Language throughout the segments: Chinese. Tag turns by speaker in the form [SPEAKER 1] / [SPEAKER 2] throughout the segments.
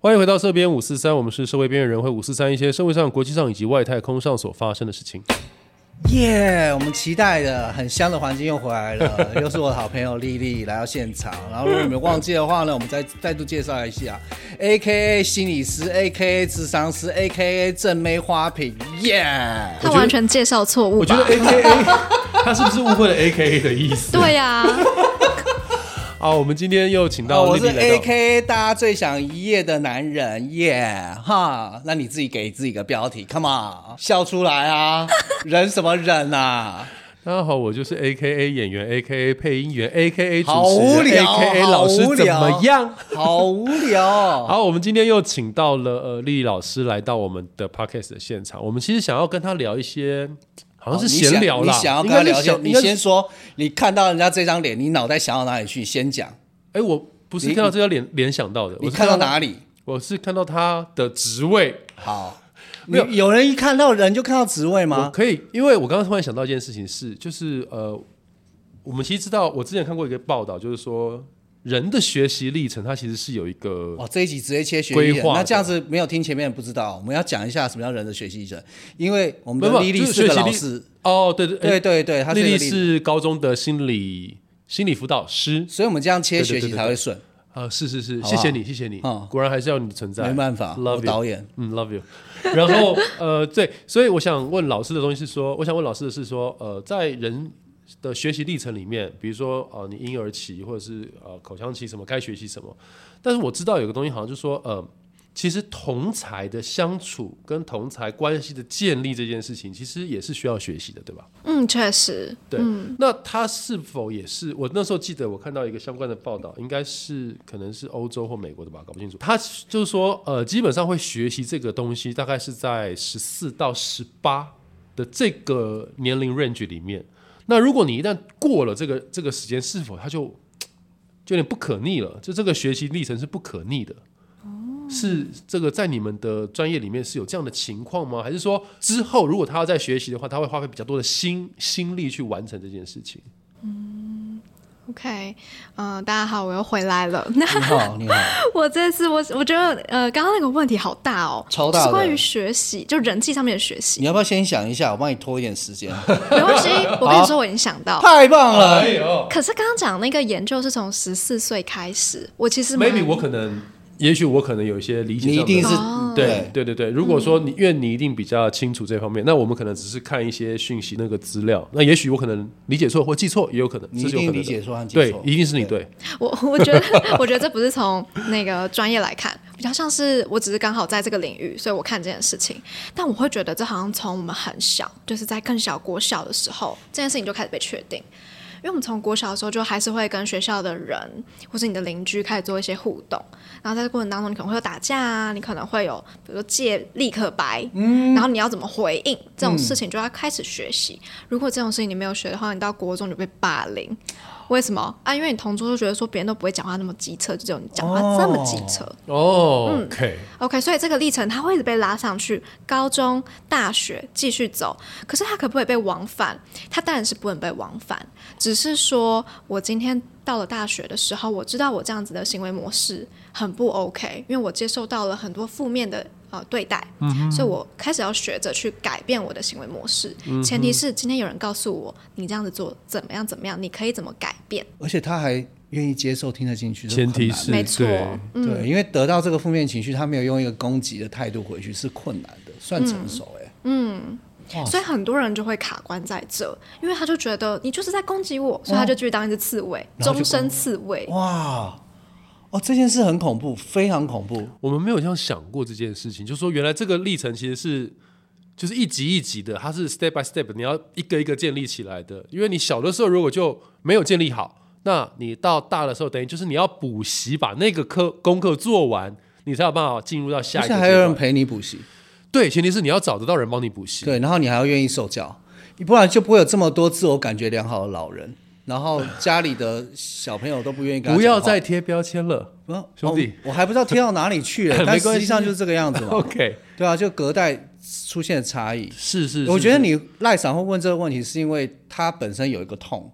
[SPEAKER 1] 欢迎回到社编五四三，我们是社会边缘人会五四三一些社会上、国际上以及外太空上所发生的事情。
[SPEAKER 2] 耶我们期待的很香的环境又回 来了，又是我的好朋友丽丽来到现场。然后如果你们忘记的话呢，我们再再度介绍一下，A K A 心理师，A K A 智商师，A K A 正妹花瓶，耶、
[SPEAKER 1] 我
[SPEAKER 3] 他
[SPEAKER 1] 觉得
[SPEAKER 3] 完全介绍错误
[SPEAKER 1] 我
[SPEAKER 3] 吧
[SPEAKER 1] 觉？
[SPEAKER 2] 哎
[SPEAKER 1] 得 A K A 他是不是误会了 A K A 的意思？
[SPEAKER 3] 对呀、
[SPEAKER 1] 好，我们今天又请
[SPEAKER 2] 哦，
[SPEAKER 1] 到
[SPEAKER 2] 我
[SPEAKER 1] 丽
[SPEAKER 2] 是
[SPEAKER 1] 丽来
[SPEAKER 2] A
[SPEAKER 1] 到。
[SPEAKER 2] K A 大家最想一夜的男人，耶、哈！那你自己给自己个标题，Come on，笑出来 啊！忍什么忍啊？
[SPEAKER 1] 大家好，我就是 A K A 演员，A K A 配音员，A K A 主
[SPEAKER 2] 好
[SPEAKER 1] 持
[SPEAKER 2] 无
[SPEAKER 1] 人
[SPEAKER 2] 聊
[SPEAKER 1] ，A K A 老师
[SPEAKER 2] 好无
[SPEAKER 1] 怎
[SPEAKER 2] 聊
[SPEAKER 1] 么样？
[SPEAKER 2] 好无聊哦。
[SPEAKER 1] 好，我们今天又请到了呃丽丽老师来到我们的 podcast 的现场。我们其实想要跟她聊一些，好像是
[SPEAKER 2] 哦你想
[SPEAKER 1] 闲聊啦，
[SPEAKER 2] 你想要
[SPEAKER 1] 应该
[SPEAKER 2] 跟他
[SPEAKER 1] 是
[SPEAKER 2] 聊天，
[SPEAKER 1] 想
[SPEAKER 2] 你
[SPEAKER 1] 应该
[SPEAKER 2] 先
[SPEAKER 1] 是
[SPEAKER 2] 说，你看到人家这张脸，你脑袋想到哪里去？先讲，
[SPEAKER 1] 哎，我不是
[SPEAKER 2] 你
[SPEAKER 1] 看到这张脸联想到的，
[SPEAKER 2] 你
[SPEAKER 1] 我是
[SPEAKER 2] 看到
[SPEAKER 1] 她
[SPEAKER 2] 哪里？
[SPEAKER 1] 我是看到她的职位，
[SPEAKER 2] 好，
[SPEAKER 1] 没有
[SPEAKER 2] 你有人一看到人就看到职位
[SPEAKER 1] 我
[SPEAKER 2] 吗？
[SPEAKER 1] 可以，因为我刚刚突然想到一件事情是，就是呃，我们其实知道，我之前看过一个报道，就是说人的学习历程，它其实是有一个
[SPEAKER 2] 哇，哦这一集直接切学
[SPEAKER 1] 规
[SPEAKER 2] 习
[SPEAKER 1] 划
[SPEAKER 2] 人，
[SPEAKER 1] 的
[SPEAKER 2] 那这样子没有听前面不知道，我们要讲一下什么叫人的学习者，因为我们
[SPEAKER 1] 没有
[SPEAKER 2] 的莉莉
[SPEAKER 1] 就是
[SPEAKER 2] 是
[SPEAKER 1] 学
[SPEAKER 2] 个
[SPEAKER 1] 习
[SPEAKER 2] 老
[SPEAKER 1] 历
[SPEAKER 2] 师，
[SPEAKER 1] 哦，对对
[SPEAKER 2] 对
[SPEAKER 1] 哎
[SPEAKER 2] 对对，她是
[SPEAKER 1] 丽
[SPEAKER 2] 一
[SPEAKER 1] 丽
[SPEAKER 2] 个例子，
[SPEAKER 1] 是高中的心理心理辅导师，
[SPEAKER 2] 所以我们这样切
[SPEAKER 1] 对对
[SPEAKER 2] 学
[SPEAKER 1] 对
[SPEAKER 2] 习
[SPEAKER 1] 对
[SPEAKER 2] 才会顺，
[SPEAKER 1] 啊，是是是，
[SPEAKER 2] 好
[SPEAKER 1] 谢
[SPEAKER 2] 不
[SPEAKER 1] 谢
[SPEAKER 2] 好
[SPEAKER 1] 你，谢谢你
[SPEAKER 2] 嗯，
[SPEAKER 1] 果然还是要你的存在，
[SPEAKER 2] 没办法，我
[SPEAKER 1] ，love
[SPEAKER 2] 导
[SPEAKER 1] you，
[SPEAKER 2] 演
[SPEAKER 1] 嗯，love you。然后呃，对，所以我想问老师的东西是说，我想问老师的是说，呃，在人的学习历程里面，比如说呃，你婴儿期或者是呃口腔期什么该学习什么，但是我知道有个东西好像就是说呃。其实同才的相处跟同才关系的建立这件事情，其实也是需要学习的，对吧？
[SPEAKER 3] 嗯，确实，
[SPEAKER 1] 对，那他是否也是？我那时候记得我看到一个相关的报道，应该是可能是欧洲或美国的吧，搞不清楚。他就是说，呃，基本上会学习这个东西，大概是在十四到十八的这个年龄 range 里面。那如果你一旦过了这个这个时间，是否他就嘖就有点不可逆了？就这个学习历程是不可逆的。是这个在你们的专业里面是有这样的情况吗？还是说之后如果他要在学习的话，他会花费比较多的心心力去完成这件事情？
[SPEAKER 3] OK，嗯、大家好，我又回来了。
[SPEAKER 1] 嗯
[SPEAKER 3] 那
[SPEAKER 2] 你好，你好，
[SPEAKER 3] 我这次我我觉得呃，刚刚那个问题好大哦，
[SPEAKER 2] 超大的
[SPEAKER 3] 是关于学习，就人际上面的学 习。
[SPEAKER 2] 你要不要先想一下？我帮你拖一点时间，
[SPEAKER 3] 没关系，我跟你说，我已经想到。
[SPEAKER 2] 太棒了，
[SPEAKER 1] 哎呦
[SPEAKER 3] 可是刚刚讲那个研究是从十四岁开始，我其实蛮
[SPEAKER 1] ，maybe 我可能，也许我可能有一些理解
[SPEAKER 2] 你一
[SPEAKER 1] 上的
[SPEAKER 2] 定是
[SPEAKER 3] 哦
[SPEAKER 1] 对对对对，如果说你，因为你一定比较清楚这方面，那我们可能只是看一些讯息那个资料，那也许我可能理解错或记错，也有可能，
[SPEAKER 2] 你
[SPEAKER 1] 这
[SPEAKER 2] 一
[SPEAKER 1] 是有可
[SPEAKER 2] 定
[SPEAKER 1] 能的
[SPEAKER 2] 理解错和记
[SPEAKER 1] 对
[SPEAKER 2] 错，
[SPEAKER 1] 一定是你对，
[SPEAKER 3] 我我觉得， 我觉得这不是从那个专业来看，比较像是我只是刚好在这个领域，所以我看这件事情。但我会觉得，这好像从我们很小，就是在更小国小的时候，这件事情就开始被确定。因为我们从国小的时候就还是会跟学校的人或是你的邻居开始做一些互动，然后在这过程当中，你可能会有打架啊，你可能会有比如说借立刻白，嗯，然后你要怎么回应这种事情，就要开始学习。如果这种事情你没有学的话，你到国中就被霸凌。为什么啊？因为你同桌就觉得说别人都不会讲话那么机车，就只有你讲话这么机车。
[SPEAKER 1] 哦，OK，
[SPEAKER 3] OK，所以这个历程它会一直被拉上去，高中、大学继续走。可是它可不可以被往返？它当然是不能被往返，只是说我今天到了大学的时候，我知道我这样子的行为模式很不 OK，因为我接受到了很多负面的呃对待，
[SPEAKER 1] 嗯
[SPEAKER 3] 所以我开始要学着去改变我的行为模式。
[SPEAKER 1] 嗯
[SPEAKER 3] 前提是今天有人告诉我你这样子做怎么样怎么样，你可以怎么改变。
[SPEAKER 2] 而且他还愿意接受，听得进去，这
[SPEAKER 1] 前提
[SPEAKER 2] 很难
[SPEAKER 1] 是
[SPEAKER 3] 没错
[SPEAKER 1] 对
[SPEAKER 2] 对，因为得到这个负面情绪，他没有用一个攻击的态度回去是困难的，算成熟哎、哦
[SPEAKER 3] 所以很多人就会卡关在这，因为他就觉得你就是在攻击我，所以他就继续当一只刺猬，
[SPEAKER 2] 哦然后就
[SPEAKER 3] 终身刺猬。
[SPEAKER 2] 哇，哦，这件事很恐怖，非常恐怖。
[SPEAKER 1] 我们没有这样想过这件事情，就是说原来这个历程其实是就是一级一级的，它是 step by step，你要一个一个建立起来的。因为你小的时候如果就没有建立好，那你到大的时候，等于就是你要补习把那个课功课做完，你才有办法进入到下
[SPEAKER 2] 而
[SPEAKER 1] 一
[SPEAKER 2] 且
[SPEAKER 1] 个
[SPEAKER 2] 还
[SPEAKER 1] 阶
[SPEAKER 2] 有人
[SPEAKER 1] 段。
[SPEAKER 2] 陪你补习，
[SPEAKER 1] 对，前提是你要找得到人帮你补习。
[SPEAKER 2] 对，然后你还要愿意受教，你不然就不会有这么多自我感觉良好的老人，然后家里的小朋友都不愿意跟他
[SPEAKER 1] 不要
[SPEAKER 2] 讲话
[SPEAKER 1] 再贴标签了
[SPEAKER 2] 嗯
[SPEAKER 1] 兄弟，
[SPEAKER 2] 哦我还不知道贴到哪里去了 但
[SPEAKER 1] 没关系
[SPEAKER 2] 实际上就是这个样子 嘛。
[SPEAKER 1] ，OK，
[SPEAKER 2] 对啊，就隔代出现的差异。
[SPEAKER 1] 是是是，
[SPEAKER 2] 我觉得
[SPEAKER 1] 是
[SPEAKER 2] 你赖赏会问这个问题，是因为他本身有一个痛，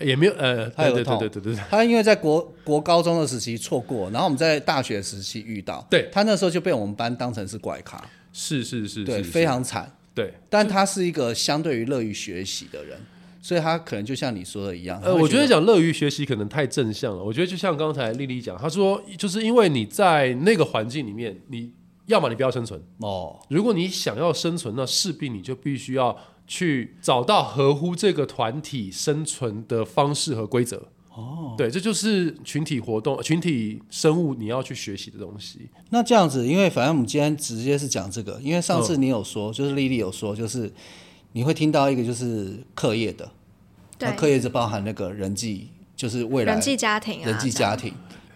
[SPEAKER 1] 也没有呃，
[SPEAKER 2] 他有
[SPEAKER 1] 对对
[SPEAKER 2] 痛
[SPEAKER 1] 对对对对，
[SPEAKER 2] 他因为在国国高中的时期错过，然后我们在大学时期遇到，
[SPEAKER 1] 对
[SPEAKER 2] 他那时候就被我们班当成是怪咖，
[SPEAKER 1] 是是是，
[SPEAKER 2] 对，
[SPEAKER 1] 是
[SPEAKER 2] 非常惨。
[SPEAKER 1] 对。
[SPEAKER 2] 但他是一个相对于乐于学习的人，所以他可能就像你说的一样，
[SPEAKER 1] 呃，我
[SPEAKER 2] 会
[SPEAKER 1] 觉得讲乐于学习可能太正向了。我觉得就像刚才丽丽讲，她说就是因为你在那个环境里面，你要么你不要生存，
[SPEAKER 2] 哦，
[SPEAKER 1] 如果你想要生存，那势必你就必须要去找到合乎这个团体生存的方式和规则。哦，对，这就是群体活动、群体生物你要去学习的东西。
[SPEAKER 2] 那这样子，因为反正我们今天直接是讲这个，因为上次
[SPEAKER 1] 嗯
[SPEAKER 2] 你有说，就是丽丽有说，就是你会听到一个就是课业的，那
[SPEAKER 3] 对，
[SPEAKER 2] 课业就包含那个人际，就是未来
[SPEAKER 3] 人际家庭啊，
[SPEAKER 2] 人际家庭，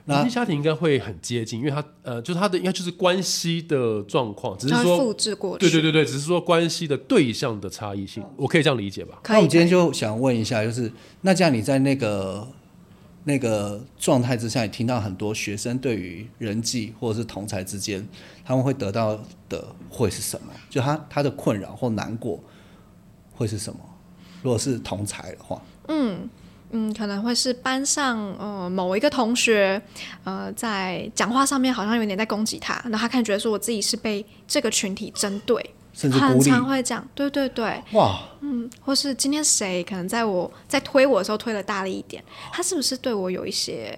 [SPEAKER 2] 那
[SPEAKER 1] 人际家庭应该会很接近，因为它呃，就是它的应该就是关系的状况，只
[SPEAKER 3] 这
[SPEAKER 1] 是
[SPEAKER 3] 样它会
[SPEAKER 1] 说
[SPEAKER 3] 复制过去，
[SPEAKER 1] 对对对对，只是说关系的对象的差异性，我可以这样理解吧？
[SPEAKER 3] 可
[SPEAKER 2] 那我
[SPEAKER 3] 以
[SPEAKER 2] 们今天
[SPEAKER 3] 可以。
[SPEAKER 2] 就想问一下，就是那这样你在那个那个状态之下，你听到很多学生对于人际或者是同才之间，他们会得到的会是什么？就他他的困扰或难过会是什么？如果是同才的话，
[SPEAKER 3] 嗯，可能会是班上呃某一个同学，呃，在讲话上面好像有点在攻击他，然后他看觉得说我自己是被这个群体针对，
[SPEAKER 2] 甚至
[SPEAKER 3] 很
[SPEAKER 2] 孤立，
[SPEAKER 3] 常会讲，对对对，
[SPEAKER 2] 哇，
[SPEAKER 3] 嗯，或是今天谁可能在我在推我的时候推的大力一点，他是不是对我有一些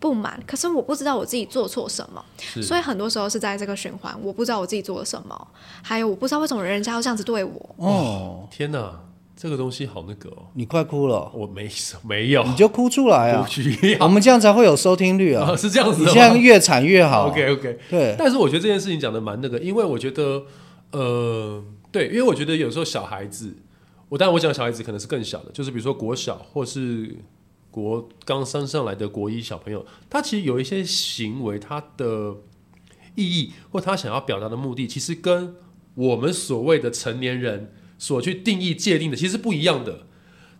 [SPEAKER 3] 不满？可是我不知道我自己做错什么，所以很多时候是在这个循环，我不知道我自己做了什么，还有我不知道为什么人家要这样子对我。
[SPEAKER 2] 哦，
[SPEAKER 1] 天哪，这个东西好那个哦，
[SPEAKER 2] 你快哭了，
[SPEAKER 1] 我没没有，
[SPEAKER 2] 你就哭出来 啊
[SPEAKER 1] 不！需
[SPEAKER 2] 我
[SPEAKER 1] 要，
[SPEAKER 2] 们这样才会有收听率啊
[SPEAKER 1] 啊！ 是这样子
[SPEAKER 2] 你
[SPEAKER 1] 的吗。
[SPEAKER 2] 现在越惨越好。
[SPEAKER 1] OK OK，
[SPEAKER 2] 对，
[SPEAKER 1] 但是我觉得这件事情讲的蛮那个，因为我觉得，呃，对，因为我觉得有时候小孩子，我当然我讲小孩子可能是更小的，就是比如说国小或是国刚升上来的国一小朋友，他其实有一些行为，他的意义或他想要表达的目的，其实跟我们所谓的成年人所去定义界定的其实不一样的。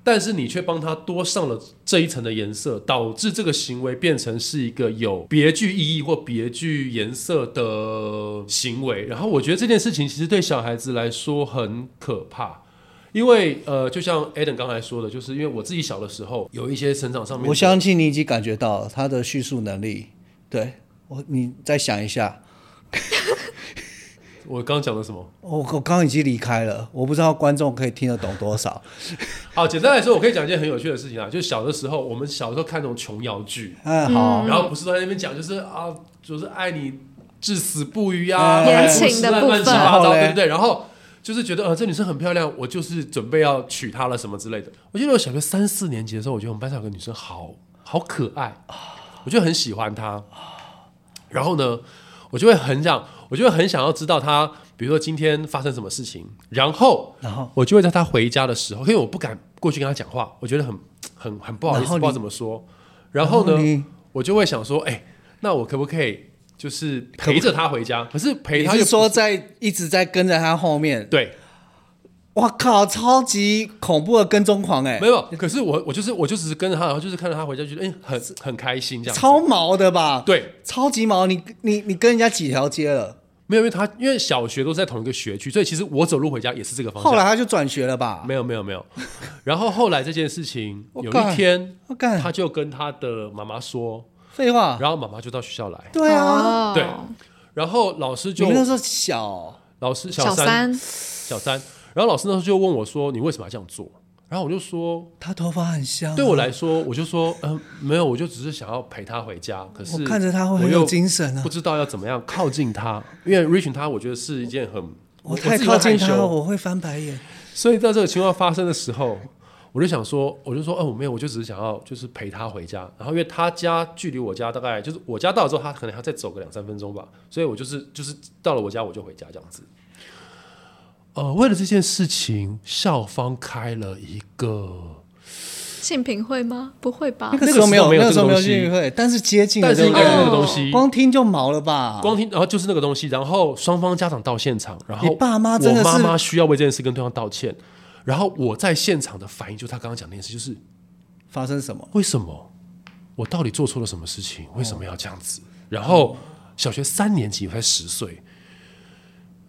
[SPEAKER 1] 但是你却帮他多上了这一层的颜色，导致这个行为变成是一个有别具意义或别具颜色的行为。然后我觉得这件事情其实对小孩子来说很可怕，因为呃，就像 Adam 刚才说的，就是因为我自己小的时候有一些成长上面的，
[SPEAKER 2] 我相信你已经感觉到了他的叙述能力。对我，你再想一下，
[SPEAKER 1] 我刚讲的什么？
[SPEAKER 2] 我我刚刚已经离开了，我不知道观众可以听得懂多少
[SPEAKER 1] 好，简单来说，我可以讲一件很有趣的事情啊，就是小的时候，我们小的时候看那种琼瑶剧，
[SPEAKER 2] 哎，好，
[SPEAKER 1] 然后不是都在那边讲，就是啊，就是爱你至死不渝啊，
[SPEAKER 2] 嗯言
[SPEAKER 3] 情的部
[SPEAKER 1] 乱
[SPEAKER 3] 分
[SPEAKER 1] 七八
[SPEAKER 2] 然后
[SPEAKER 1] 糟，
[SPEAKER 2] 嘞
[SPEAKER 1] 对不对？然后就是觉得呃，这女生很漂亮，我就是准备要娶她了什么之类的。我记得我小学三四年级的时候，我觉得我们班上有个女生好好可爱，我就很喜欢她。然后呢，我就会很想，我就会很想要知道她，比如说今天发生什么事情，然后
[SPEAKER 2] 然后
[SPEAKER 1] 我就会在她回家的时候，因为我不敢过去跟她讲话，我觉得很很很不好意
[SPEAKER 2] 然
[SPEAKER 1] 思，
[SPEAKER 2] 后
[SPEAKER 1] 不
[SPEAKER 2] 你
[SPEAKER 1] 知道怎么说。然后呢，
[SPEAKER 2] 你
[SPEAKER 1] 我就会想说，哎、那我可不可以就是陪着她回家？可是陪
[SPEAKER 2] 你
[SPEAKER 1] 她又
[SPEAKER 2] 是
[SPEAKER 1] 不
[SPEAKER 2] 说在一直在跟在他后面？
[SPEAKER 1] 对，
[SPEAKER 2] 哇靠，超级恐怖的跟踪狂哎、
[SPEAKER 1] 没有。可是我我就是我就只是跟着她，然后就是看着她回家，觉得哎、很很开心这样子。
[SPEAKER 2] 超毛的吧？，
[SPEAKER 1] 对，
[SPEAKER 2] 超级毛，你你你跟人家几条街了？
[SPEAKER 1] 没有，因为她因为小学都是在同一个学区，所以其实我走路回家也是这个方向
[SPEAKER 2] 后。来他就转学了吧？
[SPEAKER 1] 没有没有没有，然后后来这件事情
[SPEAKER 2] 我
[SPEAKER 1] 有
[SPEAKER 2] 干
[SPEAKER 1] 一天，
[SPEAKER 2] 我啊干，啊
[SPEAKER 1] 她就跟她的妈妈说，
[SPEAKER 2] 废话，
[SPEAKER 1] 然后妈妈就到学校来，
[SPEAKER 2] 对啊，
[SPEAKER 3] 哦
[SPEAKER 1] 对然后老师
[SPEAKER 2] 你
[SPEAKER 1] 就
[SPEAKER 2] 们那时候小，
[SPEAKER 1] 老师小
[SPEAKER 3] 小
[SPEAKER 1] 三
[SPEAKER 3] 三，
[SPEAKER 1] 小三，然后老师那时候就问我说，你为什么要这样做？然后我就说，
[SPEAKER 2] 他头发很香啊、
[SPEAKER 1] 对我来说，我就说，嗯、没有，我就只是想要陪她回家。可是
[SPEAKER 2] 我看着他会
[SPEAKER 1] 我
[SPEAKER 2] 很
[SPEAKER 1] 又
[SPEAKER 2] 有精神啊
[SPEAKER 1] 不。知道要怎么样靠近她，因为 reach 她，我觉得是一件很
[SPEAKER 2] 我
[SPEAKER 1] 自己
[SPEAKER 2] 太
[SPEAKER 1] 会
[SPEAKER 2] 靠近
[SPEAKER 1] 害
[SPEAKER 2] 他
[SPEAKER 1] 羞
[SPEAKER 2] 了，我会翻白眼。
[SPEAKER 1] 所以在这个情况发生的时候，我就想说，我就说，哦，我没有，我就只是想要就是陪她回家。然后因为她家距离我家大概就是我家到了之后，她可能还要再走个两三分钟吧，所以我就是就是到了我家我就回家这样子。呃，为了这件事情，校方开了一个，
[SPEAKER 3] 性平会吗？不会吧？
[SPEAKER 1] 个
[SPEAKER 2] 时候没
[SPEAKER 1] 那
[SPEAKER 2] 那
[SPEAKER 1] 个
[SPEAKER 2] 个时
[SPEAKER 1] 时
[SPEAKER 2] 候
[SPEAKER 1] 候
[SPEAKER 2] 没
[SPEAKER 1] 没
[SPEAKER 2] 有
[SPEAKER 1] 有
[SPEAKER 2] 聚
[SPEAKER 1] 这个东西
[SPEAKER 2] 会，但是接近了，
[SPEAKER 1] 但是应该
[SPEAKER 2] 对
[SPEAKER 1] 是
[SPEAKER 2] 不对
[SPEAKER 1] 那个
[SPEAKER 3] 哦
[SPEAKER 1] 东西，
[SPEAKER 2] 光听就毛了吧？
[SPEAKER 1] 光听，然后就是那个东西，然后双方家长到现场，然后
[SPEAKER 2] 你爸妈真
[SPEAKER 1] 我
[SPEAKER 2] 的是
[SPEAKER 1] 妈妈需要为这件事跟对方道歉，然后我在现场的反应就是他刚刚讲那件事，就是
[SPEAKER 2] 发生什么？
[SPEAKER 1] 为什么我到底做错了什么事情，为什么要这样子？然后小学三年级我才十岁，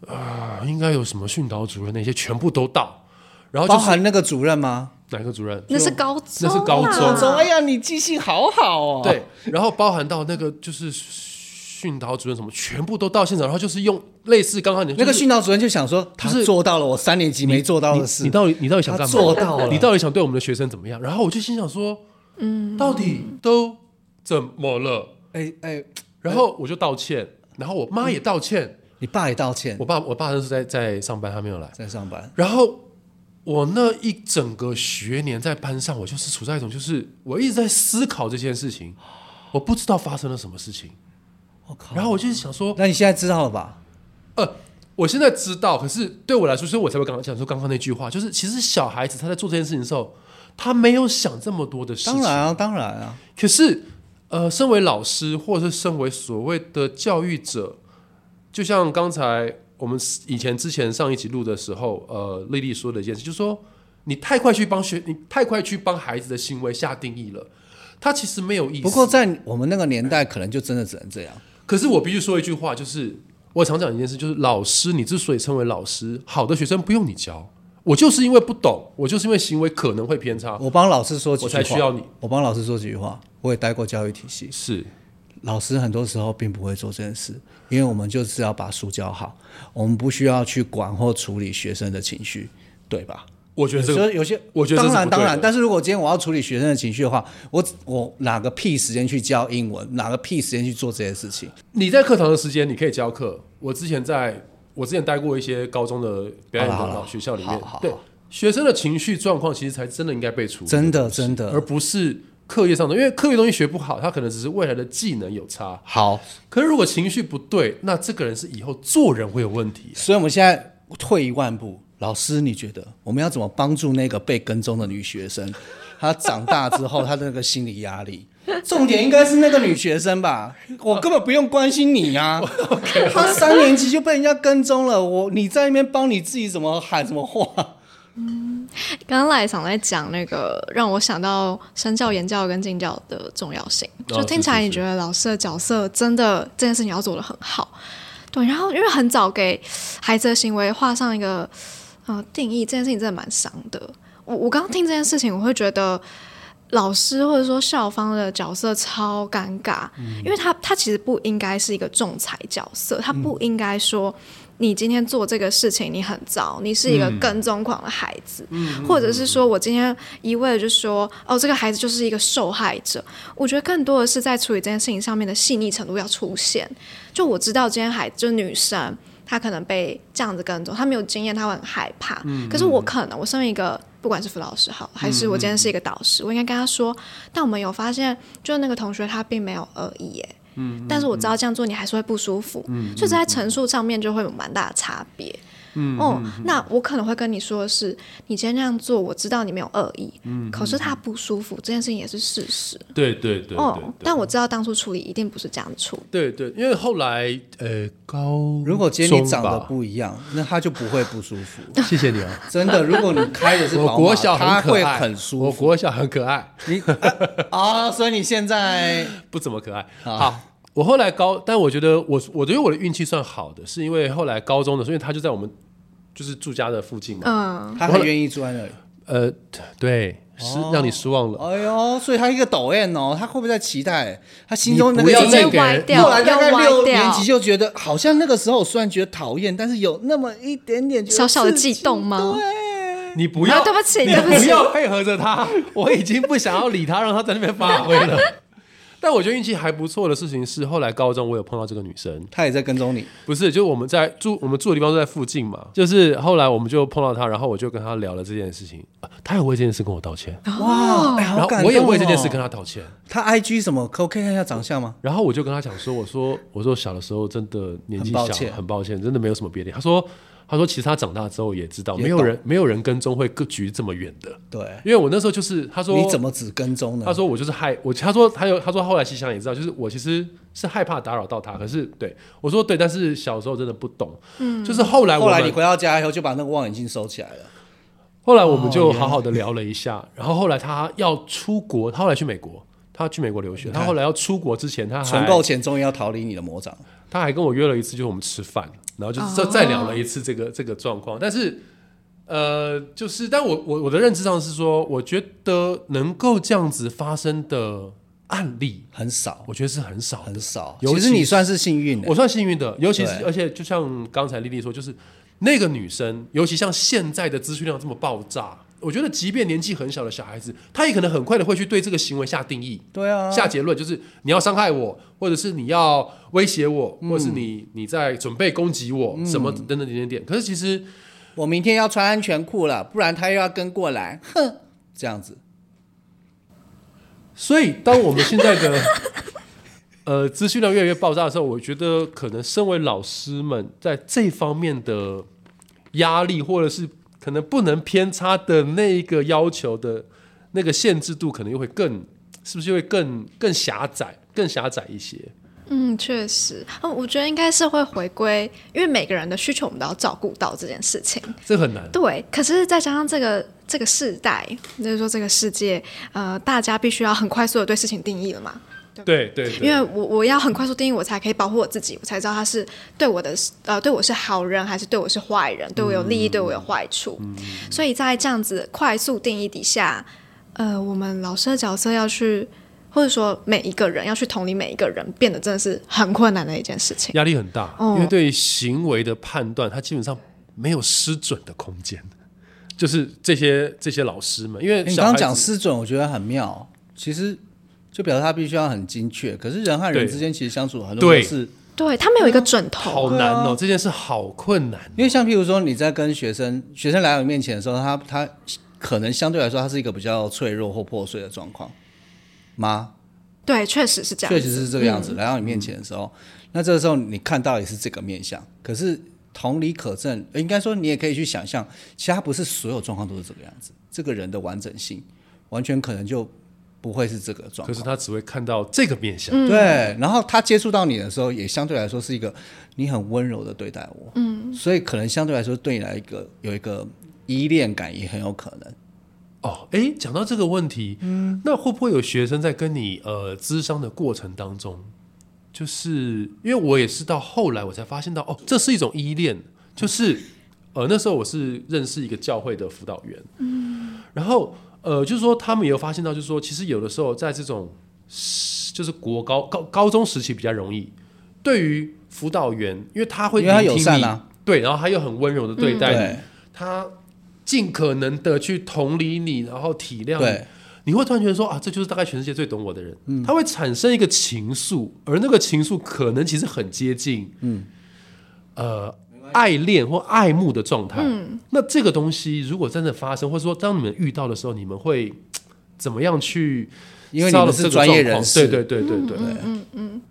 [SPEAKER 1] 啊、应该有什么训导主任那些全部都到，然后
[SPEAKER 2] 包
[SPEAKER 1] 就是
[SPEAKER 2] 含那个主任吗？
[SPEAKER 1] 哪个主任？
[SPEAKER 3] 那是
[SPEAKER 1] 就
[SPEAKER 3] 高中啊，
[SPEAKER 1] 那是高
[SPEAKER 2] 我
[SPEAKER 1] 中
[SPEAKER 2] 中，哎呀，你记性好好哦。
[SPEAKER 1] 对，然后包含到那个就是训导主任什么，全部都到现场，然后就是用类似刚刚你
[SPEAKER 2] 那个
[SPEAKER 1] 就是
[SPEAKER 2] 训导主任就想说，他
[SPEAKER 1] 不是
[SPEAKER 2] 做到了我三年级没做到的事。
[SPEAKER 1] 你你到底你到底想干嘛？
[SPEAKER 2] 他做到了
[SPEAKER 1] 你到底想对我们的学生怎么样？然后我就心想说，嗯，到底都怎么了？
[SPEAKER 2] 哎哎，
[SPEAKER 1] 然后我就道歉，然后我妈也道歉，
[SPEAKER 2] 你爸也道歉
[SPEAKER 1] 我，爸我爸那是在在上班，他没有来。
[SPEAKER 2] 在上班。
[SPEAKER 1] 然后我那一整个学年在班上，我就是处在一种就是我一直在思考这件事情，我不知道发生了什么事情。
[SPEAKER 2] 我靠，
[SPEAKER 1] 然后我就是想说，
[SPEAKER 2] 那你现在知道了吧？
[SPEAKER 1] 呃，我现在知道，可是对我来说，所以我才会刚刚讲说刚刚那句话，就是其实小孩子他在做这件事情的时候，他没有想这么多的事情。
[SPEAKER 2] 当然啊，当然啊，
[SPEAKER 1] 可是，呃，身为老师，或者是身为所谓的教育者，就像刚才我们以前之前上一集录的时候，呃，丽丽说的一件事，就是说你太快去帮学，你太快去帮孩子的行为下定义了，他其实没有意思。
[SPEAKER 2] 不过，在我们那个年代，可能就真的只能这样。
[SPEAKER 1] 可是我必须说一句话，就是我常讲一件事，就是老师，你之所以称为老师，好的学生不用你教，我就是因为不懂，我就是因为行为可能会偏差，
[SPEAKER 2] 我帮老师说
[SPEAKER 1] 啊
[SPEAKER 2] 几
[SPEAKER 1] 我
[SPEAKER 2] 句话，
[SPEAKER 1] 才需要你。
[SPEAKER 2] 我帮老师说几句话。我也待过教育体系，
[SPEAKER 1] 是
[SPEAKER 2] 老师很多时候并不会做这件事，因为我们就是要把书教好，我们不需要去管或处理学生的情绪，对吧？
[SPEAKER 1] 我觉得这
[SPEAKER 2] 有时
[SPEAKER 1] 个
[SPEAKER 2] 候有些，
[SPEAKER 1] 我觉得这
[SPEAKER 2] 当
[SPEAKER 1] 是
[SPEAKER 2] 然
[SPEAKER 1] 不对
[SPEAKER 2] 当
[SPEAKER 1] 的
[SPEAKER 2] 然，但是如果今天我要处理学生的情绪的话，我我哪个屁时间去教英文，哪个屁时间去做这些事情？
[SPEAKER 1] 你在课堂的时间，你可以教课。我之前在我之前待过一些高中的表演
[SPEAKER 2] 好
[SPEAKER 1] 舞
[SPEAKER 2] 了好
[SPEAKER 1] 蹈
[SPEAKER 2] 了
[SPEAKER 1] 学校里
[SPEAKER 2] 好
[SPEAKER 1] 面
[SPEAKER 2] 好好，
[SPEAKER 1] 对学生的情绪状况，其实才真的应该被处理，
[SPEAKER 2] 真的真的
[SPEAKER 1] 而不是课业上的。因为课业东西学不好，他可能只是未来的技能有差。
[SPEAKER 2] 好，
[SPEAKER 1] 可是如果情绪不对，那这个人是以后做人会有问题。
[SPEAKER 2] 所以我们现在退一万步，老师，你觉得我们要怎么帮助那个被跟踪的女学生？她长大之后，她的那个心理压力，重点应该是那个女学生吧？我根本不用关心你 啊！她三年级就被人家跟踪了，我你在那边帮你自己怎么喊什么话？
[SPEAKER 3] 刚刚赖想在讲那个，让我想到身教、言教跟敬教的重要性。
[SPEAKER 1] 哦
[SPEAKER 3] 就听起来，
[SPEAKER 1] 是是
[SPEAKER 3] 你觉得老师的角色真的这件事情要做的很好，对。然后因为很早给孩子的行为画上一个呃定义，这件事情真的蛮伤的。我我刚刚听这件事情，我会觉得老师或者说校方的角色超尴尬，
[SPEAKER 1] 嗯
[SPEAKER 3] 因为他他其实不应该是一个仲裁角色，他不
[SPEAKER 1] 嗯
[SPEAKER 3] 应该说。你今天做这个事情，你很糟，你是一个跟踪狂的孩子，或者是说我今天一味的就说，哦，这个孩子就是一个受害者。我觉得更多的是在处理这件事情上面的细腻程度要出现。就我知道今天孩子就是女生，她可能被这样子跟踪，她没有经验，她会很害怕。可是我可能我身为一个不管是辅导师好，还是我今天是一个导师，我应该跟她说，但我们有发现，就是那个同学他并没有恶意耶。但是我知道这样做你还是会不舒服，所以在陈述上面就会有蛮大的差别。嗯，哦，那我可能会跟你说的是，你今天这样做，我知道你没有恶意，可是他不舒服，这件事情也是事实。
[SPEAKER 1] 对对对
[SPEAKER 3] 哦，但我知道当初处理一定不是这样处理。
[SPEAKER 1] 对对，因为后来呃高，
[SPEAKER 2] 如果今天你长得
[SPEAKER 1] 中吧，
[SPEAKER 2] 不一样，那她就不会不舒服。
[SPEAKER 1] 谢谢你啊。
[SPEAKER 2] 真的，如果你开的是
[SPEAKER 1] 我
[SPEAKER 2] 宝
[SPEAKER 1] 国
[SPEAKER 2] 马，
[SPEAKER 1] 小
[SPEAKER 2] 她
[SPEAKER 1] 很可
[SPEAKER 2] 会
[SPEAKER 1] 爱，
[SPEAKER 2] 很舒服。
[SPEAKER 1] 我国小很可爱。
[SPEAKER 2] 你啊、所以你现在
[SPEAKER 1] 不怎么可爱。
[SPEAKER 2] 啊
[SPEAKER 1] 好，我后来高，但我觉得我我觉得我的运气算好的，是因为后来高中的时候，因为他就在我们就是住家的附近嘛。
[SPEAKER 3] 嗯，
[SPEAKER 2] 她还愿意住在那里。
[SPEAKER 1] 呃，对，是
[SPEAKER 2] 哦
[SPEAKER 1] 让你失望了。
[SPEAKER 2] 哎呦，所以他一个抖 N 哦，他会不会在期待？他心中那
[SPEAKER 1] 你
[SPEAKER 2] 个
[SPEAKER 1] 不要
[SPEAKER 2] 经
[SPEAKER 1] 再
[SPEAKER 2] 验
[SPEAKER 1] 给
[SPEAKER 3] 歪
[SPEAKER 1] 人
[SPEAKER 3] 掉，
[SPEAKER 2] 后来大概
[SPEAKER 3] 要歪
[SPEAKER 2] 六年
[SPEAKER 3] 掉
[SPEAKER 2] 级就觉得，好像那个时候虽然觉得讨厌，但是有那么一点点觉得
[SPEAKER 3] 小小的
[SPEAKER 2] 刺激
[SPEAKER 3] 悸动吗
[SPEAKER 2] 对，
[SPEAKER 1] 你不要、
[SPEAKER 3] 啊对不起
[SPEAKER 1] 你
[SPEAKER 3] 对不起
[SPEAKER 1] 要配合着他， 我已经不想要理他，让他在那边发挥 了。但我觉得运气还不错的事情是，后来高中我有碰到这个女生，
[SPEAKER 2] 他也在跟踪你，
[SPEAKER 1] 不是，就我们在住我们住的地方都在附近嘛，就是后来我们就碰到她，然后我就跟她聊了这件事情，啊她也为这件事跟我道歉，
[SPEAKER 2] 哇，哎、
[SPEAKER 1] 哦然
[SPEAKER 2] 好
[SPEAKER 1] 后
[SPEAKER 2] 感动、哦。
[SPEAKER 1] 我也为这件事跟她道歉，
[SPEAKER 2] 他 IG 什么，可我可以看一下长相吗？
[SPEAKER 1] 然后我就跟他讲说，我说我说小的时候真的年纪
[SPEAKER 2] 很
[SPEAKER 1] 小，
[SPEAKER 2] 抱
[SPEAKER 1] 很抱
[SPEAKER 2] 歉
[SPEAKER 1] 歉，真的没有什么别的。他说他说其实他长大之后也知道，
[SPEAKER 2] 也
[SPEAKER 1] 没有
[SPEAKER 2] 懂
[SPEAKER 1] 人没有人跟踪会各局这么远的，
[SPEAKER 2] 对，
[SPEAKER 1] 因为我那时候就是他说
[SPEAKER 2] 你怎么只跟踪呢？
[SPEAKER 1] 他说我就是害我，他说他有他说后来其实想也知道，就是我其实是害怕打扰到他，可是对我说对，但是小时候真的不懂，嗯，就是后来我
[SPEAKER 2] 后来
[SPEAKER 1] 们
[SPEAKER 2] 你回到家以后就把那个望远镜收起来了。
[SPEAKER 1] 后来我们
[SPEAKER 2] 哦
[SPEAKER 1] 就好好的聊了一下，然后后来他要出国，他后来去美国。他去美国留学，他后来要出国之前，他还
[SPEAKER 2] 存够钱，终于要逃离你的魔掌。
[SPEAKER 1] 他还跟我约了一次，就是我们吃饭，然后就是再再聊了一次这个、这个状况。但是呃，就是，但我我我的认知上是说，我觉得能够这样子发生的案例，
[SPEAKER 2] 很少
[SPEAKER 1] 我觉得是很少的
[SPEAKER 2] 很。少。
[SPEAKER 1] 尤
[SPEAKER 2] 其
[SPEAKER 1] 其
[SPEAKER 2] 实你算是幸运的
[SPEAKER 1] 我，算幸运的，尤其是
[SPEAKER 2] 对
[SPEAKER 1] 而且就像刚才丽丽说，就是那个女生，尤其像现在的资讯量这么爆炸，我觉得即便年纪很小的小孩子，他也可能很快的会去对这个行为下定义。
[SPEAKER 2] 对啊，
[SPEAKER 1] 下结论就是你要伤害我，或者是你要威胁我，或者是你你在准备攻击我，什么等等点点点。可是其实
[SPEAKER 2] 我明天要穿安全裤了，不然他又要跟过来，哼，这样子。
[SPEAKER 1] 所以，当我们现在的 呃资讯量越来越爆炸的时候，我觉得可能身为老师们在这方面的压力，或者是可能不能偏差的那一个要求的那个限制度，可能又会更是不是会更更狭窄、更狭窄一些？
[SPEAKER 3] 嗯，确实，嗯，我觉得应该是会回归，因为每个人的需求我们都要照顾到这件事情。
[SPEAKER 1] 这很难。
[SPEAKER 3] 对，可是再加上这个这个世代，就是说这个世界，呃，大家必须要很快速的对事情定义了嘛。
[SPEAKER 1] 对对对，
[SPEAKER 3] 因为我我要很快速定义，我才可以保护我自己，我才知道他是对我的呃对我是好人还是对我是坏人，对我有利益，对我有坏处。
[SPEAKER 1] 嗯
[SPEAKER 3] 所以在这样子快速定义底下，呃，我们老师的角色要去，或者说每一个人要去同理每一个人，变得真的是很困难的一件事情。
[SPEAKER 1] 压力很大，
[SPEAKER 3] 哦
[SPEAKER 1] 因为对行为的判断，他基本上没有失准的空间。就是这些这些老师们，因为
[SPEAKER 2] 哎你
[SPEAKER 1] 小
[SPEAKER 2] 刚
[SPEAKER 1] 孩
[SPEAKER 2] 刚
[SPEAKER 1] 子
[SPEAKER 2] 讲失准，我觉得很妙。其实就表示他必须要很精确，可是人和人
[SPEAKER 1] 对
[SPEAKER 2] 之间其实相处很多都
[SPEAKER 1] 对
[SPEAKER 2] 是，
[SPEAKER 3] 对他们有一个准头
[SPEAKER 1] 嗯好
[SPEAKER 3] 啊，
[SPEAKER 1] 难哦、这件事好困难。
[SPEAKER 2] 因为像譬如说你在跟学生学生来到你面前的时候，他他可能相对来说他是一个比较脆弱或破碎的状况吗？
[SPEAKER 3] 对，确实是这样嗯
[SPEAKER 2] 确
[SPEAKER 3] 子，
[SPEAKER 2] 实是这个样子。来到你面前的时候，那这个时候你看到也是这个面相，可是同理可证，呃应该说你也可以去想象，其他不是所有状况都是这个样子。这个人的完整性，完全可能就不会是这个状况。
[SPEAKER 1] 可是他只会看到这个面
[SPEAKER 3] 嗯
[SPEAKER 1] 相，
[SPEAKER 2] 对，然后他接触到你的时候，也相对来说是一个你很温柔的对待我，嗯，所以可能相对来说对你来一个有一个依恋感也很有可能。
[SPEAKER 1] 哦，哎，讲到这个问题，
[SPEAKER 2] 嗯
[SPEAKER 1] 那会不会有学生在跟你呃咨商的过程当中，就是因为我也是到后来我才发现到，哦，这是一种依恋，就是呃那时候我是认识一个教会的辅导员，
[SPEAKER 2] 嗯
[SPEAKER 1] 然后呃就是说他们也有发现到，就是说其实有的时候在这种就是国高高高中时期比较容易，对于辅导员，因为他会
[SPEAKER 2] 因为他
[SPEAKER 1] 聆听
[SPEAKER 2] 友善
[SPEAKER 1] 你
[SPEAKER 2] 啊，嗯
[SPEAKER 1] 对，然后他又很温柔的对待你，
[SPEAKER 2] 对
[SPEAKER 1] 他尽可能的去同理你，然后体谅你
[SPEAKER 2] 对，，
[SPEAKER 1] 你会突然觉得说啊，这就是大概全世界最懂我的人，他会产生一个情愫，而那个情愫可能其实很接近，嗯，呃，爱恋或爱慕的状态。那这个东西如果真的发生，或者说当你们遇到的时候，你们会嘖怎么样去？
[SPEAKER 2] 因为你们是专业人士。
[SPEAKER 1] 对对对对对对，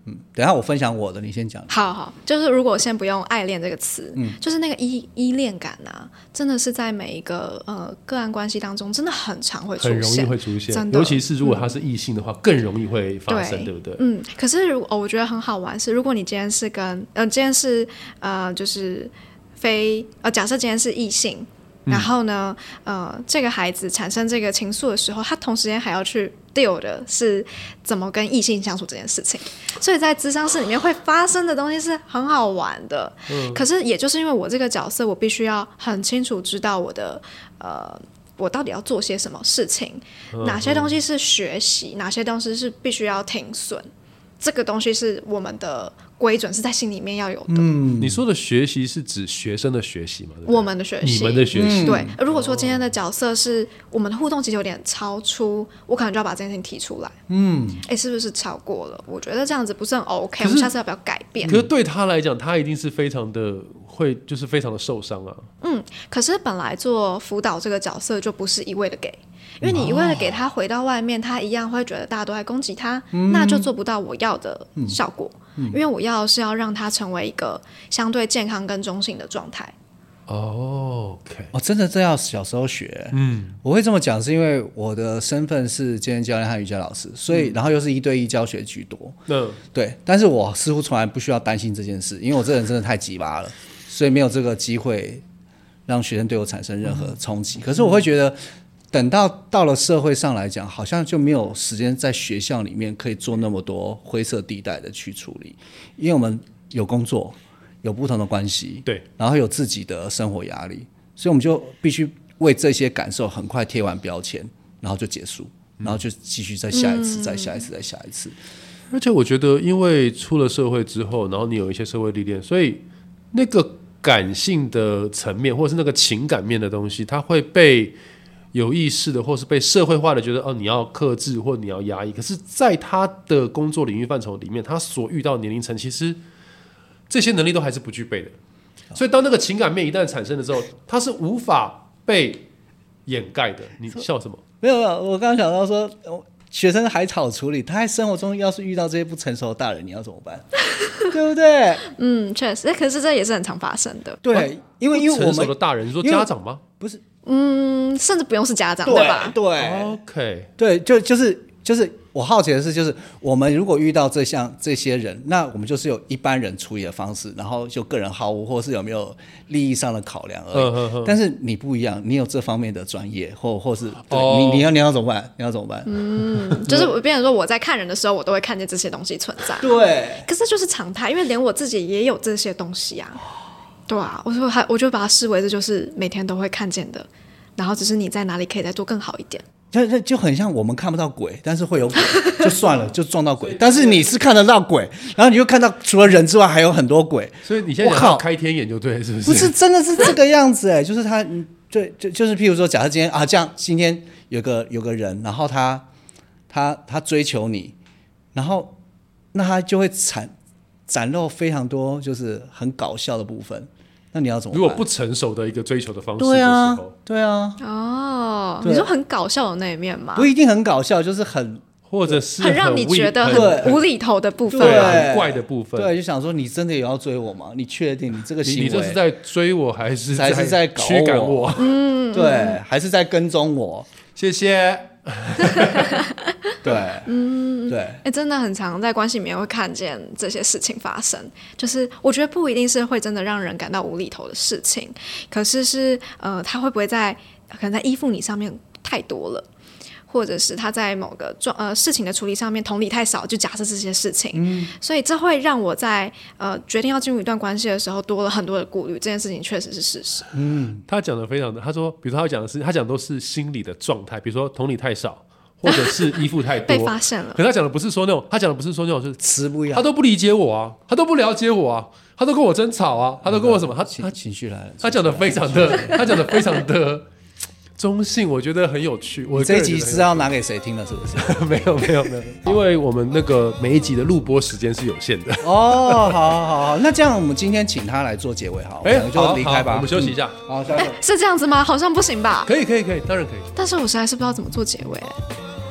[SPEAKER 2] 等一下我分享我的，你先讲。
[SPEAKER 3] 好好，就是如果先不用“爱恋”这个词，
[SPEAKER 1] 嗯
[SPEAKER 3] 就是那个依依恋感啊，真的是在每一个呃个案关系当中，真的很常会出
[SPEAKER 1] 很容易
[SPEAKER 3] 现。
[SPEAKER 1] 会出现
[SPEAKER 3] 真，的
[SPEAKER 1] 尤其是如果他是异性的话，更容易会发生，对不对？
[SPEAKER 3] 嗯，可是如哦，我觉得很好玩是，如果你今天是跟呃，今天是呃，就是非呃，假设今天是异性，然后呢，呃，这个孩子产生这个情愫的时候，他同时间还要去 deal 的是怎么跟异性相处这件事情，所以在智商室里面会发生的东西是很好玩的。可是也就是因为我这个角色，我必须要很清楚知道我的呃。我到底要做些什么事情？哪些东西是学习，哪些东西是必须要停损，这个东西是我们的规准，是在心里面要有的。
[SPEAKER 1] 你说的学习是指学生的学习吗？对不对
[SPEAKER 3] 我们的嗯学习，
[SPEAKER 1] 你们的学习，
[SPEAKER 3] 对。如果说今天的角色是我们的互动，其实有点超出，我可能就要把这件事情提出来。嗯，哎，是不是超过了？我觉得这样子不是很 OK。
[SPEAKER 1] 可
[SPEAKER 3] 我
[SPEAKER 1] 是
[SPEAKER 3] 们下次要不要改变
[SPEAKER 1] 可？是对他来讲，他一定是非常的会，就是非常的受伤啊。
[SPEAKER 3] 可是本来做辅导这个角色就不是一味的给，因为你一味的给他回到外面，他一样会觉得大家都在攻击他，
[SPEAKER 1] 嗯
[SPEAKER 3] 那就做不到我要的效果。因为我要的是要让他成为一个相对健康跟中性的状态。
[SPEAKER 1] 哦 OK，
[SPEAKER 2] 哦，真的这要小时候学。
[SPEAKER 1] 嗯，
[SPEAKER 2] 我会这么讲，是因为我的身份是健身教练和瑜伽老师，所
[SPEAKER 1] 嗯
[SPEAKER 2] 以、然后又是一对一教学居多。
[SPEAKER 1] 那
[SPEAKER 2] 对，但是我似乎从来不需要担心这件事，因为我这人真的太鸡巴了，所以没有这个机会让学生对我产生任何冲击。可是我会觉得，等到到了社会上来讲，好像就没有时间在学校里面可以做那么多灰色地带的去处理，因为我们有工作，有不同的关系，
[SPEAKER 1] 对，
[SPEAKER 2] 然后有自己的生活压力，所以我们就必须为这些感受很快贴完标签，然后就结束，然后就继续再下一次，再下一次，再下一次。
[SPEAKER 1] 而且我觉得，因为出了社会之后，然后你有一些社会历练，所以那个感性的层面，或者是那个情感面的东西，它会被有意识的，或是被社会化的觉得哦，你要克制或你要压抑。可是，在他的工作领域范畴里面，他所遇到的年龄层，其实这些能力都还是不具备的。所以，当那个情感面一旦产生的时候，它是无法被掩盖的。你笑什么？
[SPEAKER 2] 没有没有，我刚刚想到说，呃学生海草处理，他在生活中要是遇到这些不成熟的大人，你要怎 么办？对不对？
[SPEAKER 3] 嗯，确实，可是这也是很常发生的。
[SPEAKER 2] 对，因为因为我
[SPEAKER 1] 哦成熟的
[SPEAKER 2] 们
[SPEAKER 1] 大人，你说
[SPEAKER 2] 因为
[SPEAKER 1] 家长吗
[SPEAKER 2] 不是
[SPEAKER 3] 嗯，甚至不用是家长，对
[SPEAKER 2] 对啊
[SPEAKER 3] 吧？
[SPEAKER 2] 对
[SPEAKER 1] 哦？OK，
[SPEAKER 2] 对，就就是就是我好奇的是，就是我们如果遇到这项这些人，那我们就是有一般人处理的方式，然后就个人毫无或是有没有利益上的考量而已。
[SPEAKER 1] 嗯嗯嗯
[SPEAKER 2] 但是你不一样，你有这方面的专业，或或是对、
[SPEAKER 1] 哦嗯
[SPEAKER 2] 你你要你要怎么办？你要怎么办？
[SPEAKER 3] 就是我变成说，我在看人的时候，我都会看见这些东西存在。
[SPEAKER 2] 对，
[SPEAKER 3] 可是这就是常态，因为连我自己也有这些东西啊。对啊，我说还我就把它视为这就是每天都会看见的，然后只是你在哪里可以再做更好一点。
[SPEAKER 2] 就就就很像我们看不到鬼，但是会有鬼，就算了，就撞到鬼。但是你是看得到鬼，然后你就看到除了人之外还有很多鬼，
[SPEAKER 1] 所以你现在
[SPEAKER 2] 我
[SPEAKER 1] 想
[SPEAKER 2] 靠
[SPEAKER 1] 要开天眼就对了，是不是？
[SPEAKER 2] 不是真的是这个样子哎、就是他，嗯对，就就是譬如说，假设今天啊，这样今天有个有个人，然后他他他追求你，然后那他就会展展露非常多就是很搞笑的部分，那你要怎么
[SPEAKER 1] 如
[SPEAKER 2] 办？
[SPEAKER 1] 果不成熟的一个追求的方式的
[SPEAKER 2] 对
[SPEAKER 1] 时
[SPEAKER 2] 啊
[SPEAKER 1] 候，，
[SPEAKER 2] 对啊，
[SPEAKER 3] 哦，
[SPEAKER 2] 对
[SPEAKER 3] 你说很搞笑的那一面吗
[SPEAKER 2] 不？一定很搞笑，就是很
[SPEAKER 1] 或者是
[SPEAKER 3] 很让你
[SPEAKER 1] 微
[SPEAKER 3] 觉得
[SPEAKER 1] 很
[SPEAKER 2] 对
[SPEAKER 3] 很无厘头的部分
[SPEAKER 1] 对啊
[SPEAKER 2] 对
[SPEAKER 3] 吗，
[SPEAKER 1] 很怪的部分。
[SPEAKER 2] 对，就想说你真的有要追我吗？你确定你这个
[SPEAKER 1] 你
[SPEAKER 2] 行
[SPEAKER 1] 你
[SPEAKER 2] 为
[SPEAKER 1] 这是在追我还是
[SPEAKER 2] 还是在搞
[SPEAKER 1] 驱赶
[SPEAKER 2] 我？对，还是在跟踪我？
[SPEAKER 1] 谢谢。
[SPEAKER 2] 对，嗯，对。
[SPEAKER 3] 哎、真的很常在关系里面会看见这些事情发生，就是我觉得不一定是会真的让人感到无厘头的事情，可是是呃，他会不会在可能在依附你上面太多了，或者是他在某个状呃事情的处理上面同理太少，就假设这些事情，所以这会让我在呃决定要进入一段关系的时候多了很多的顾虑，这件事情确实是事实。
[SPEAKER 1] 他讲的非常的，他说，比如说他讲的是，他讲的都是心理的状态，比如说同理太少，或者是 依附太
[SPEAKER 3] 被
[SPEAKER 1] 多。
[SPEAKER 3] 发现了
[SPEAKER 1] 可，他讲的不是说那种，他讲的不是说那种是，
[SPEAKER 2] 词不一样
[SPEAKER 1] 他，都不理解我啊，他都不了解我啊，他都跟我争吵啊，他都跟我什么，他
[SPEAKER 2] 情
[SPEAKER 1] 他
[SPEAKER 2] 情绪来了。
[SPEAKER 1] 他讲的非常 的，他讲的非常的中性，我觉得很有趣。我
[SPEAKER 2] 这一
[SPEAKER 1] 个人觉
[SPEAKER 2] 集
[SPEAKER 1] 得很有
[SPEAKER 2] 是啊要拿给谁听的？是 不是？
[SPEAKER 1] 没有没有没有， 因为我们那个每一集的录播时间是有限的。
[SPEAKER 2] 哦，好好好好，那这样我们今天请他来做结尾好，我
[SPEAKER 1] 哎
[SPEAKER 2] 们就离开
[SPEAKER 1] 好
[SPEAKER 2] 吧，
[SPEAKER 1] 好我们休息一下
[SPEAKER 2] 嗯好，下一个。
[SPEAKER 3] 是这样子吗？好像不行吧？
[SPEAKER 1] 可以可以可以，当然可以。
[SPEAKER 3] 但是我实在是不知道怎么做结尾。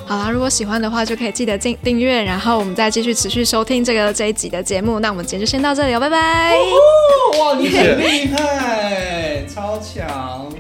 [SPEAKER 3] 好啦，如果喜欢的话，就可以记得订订阅，然后我们再继续持续收听这个这一集的节目。那我们今天就先到这里哦，拜拜。
[SPEAKER 2] 哇，你很厉害，超强。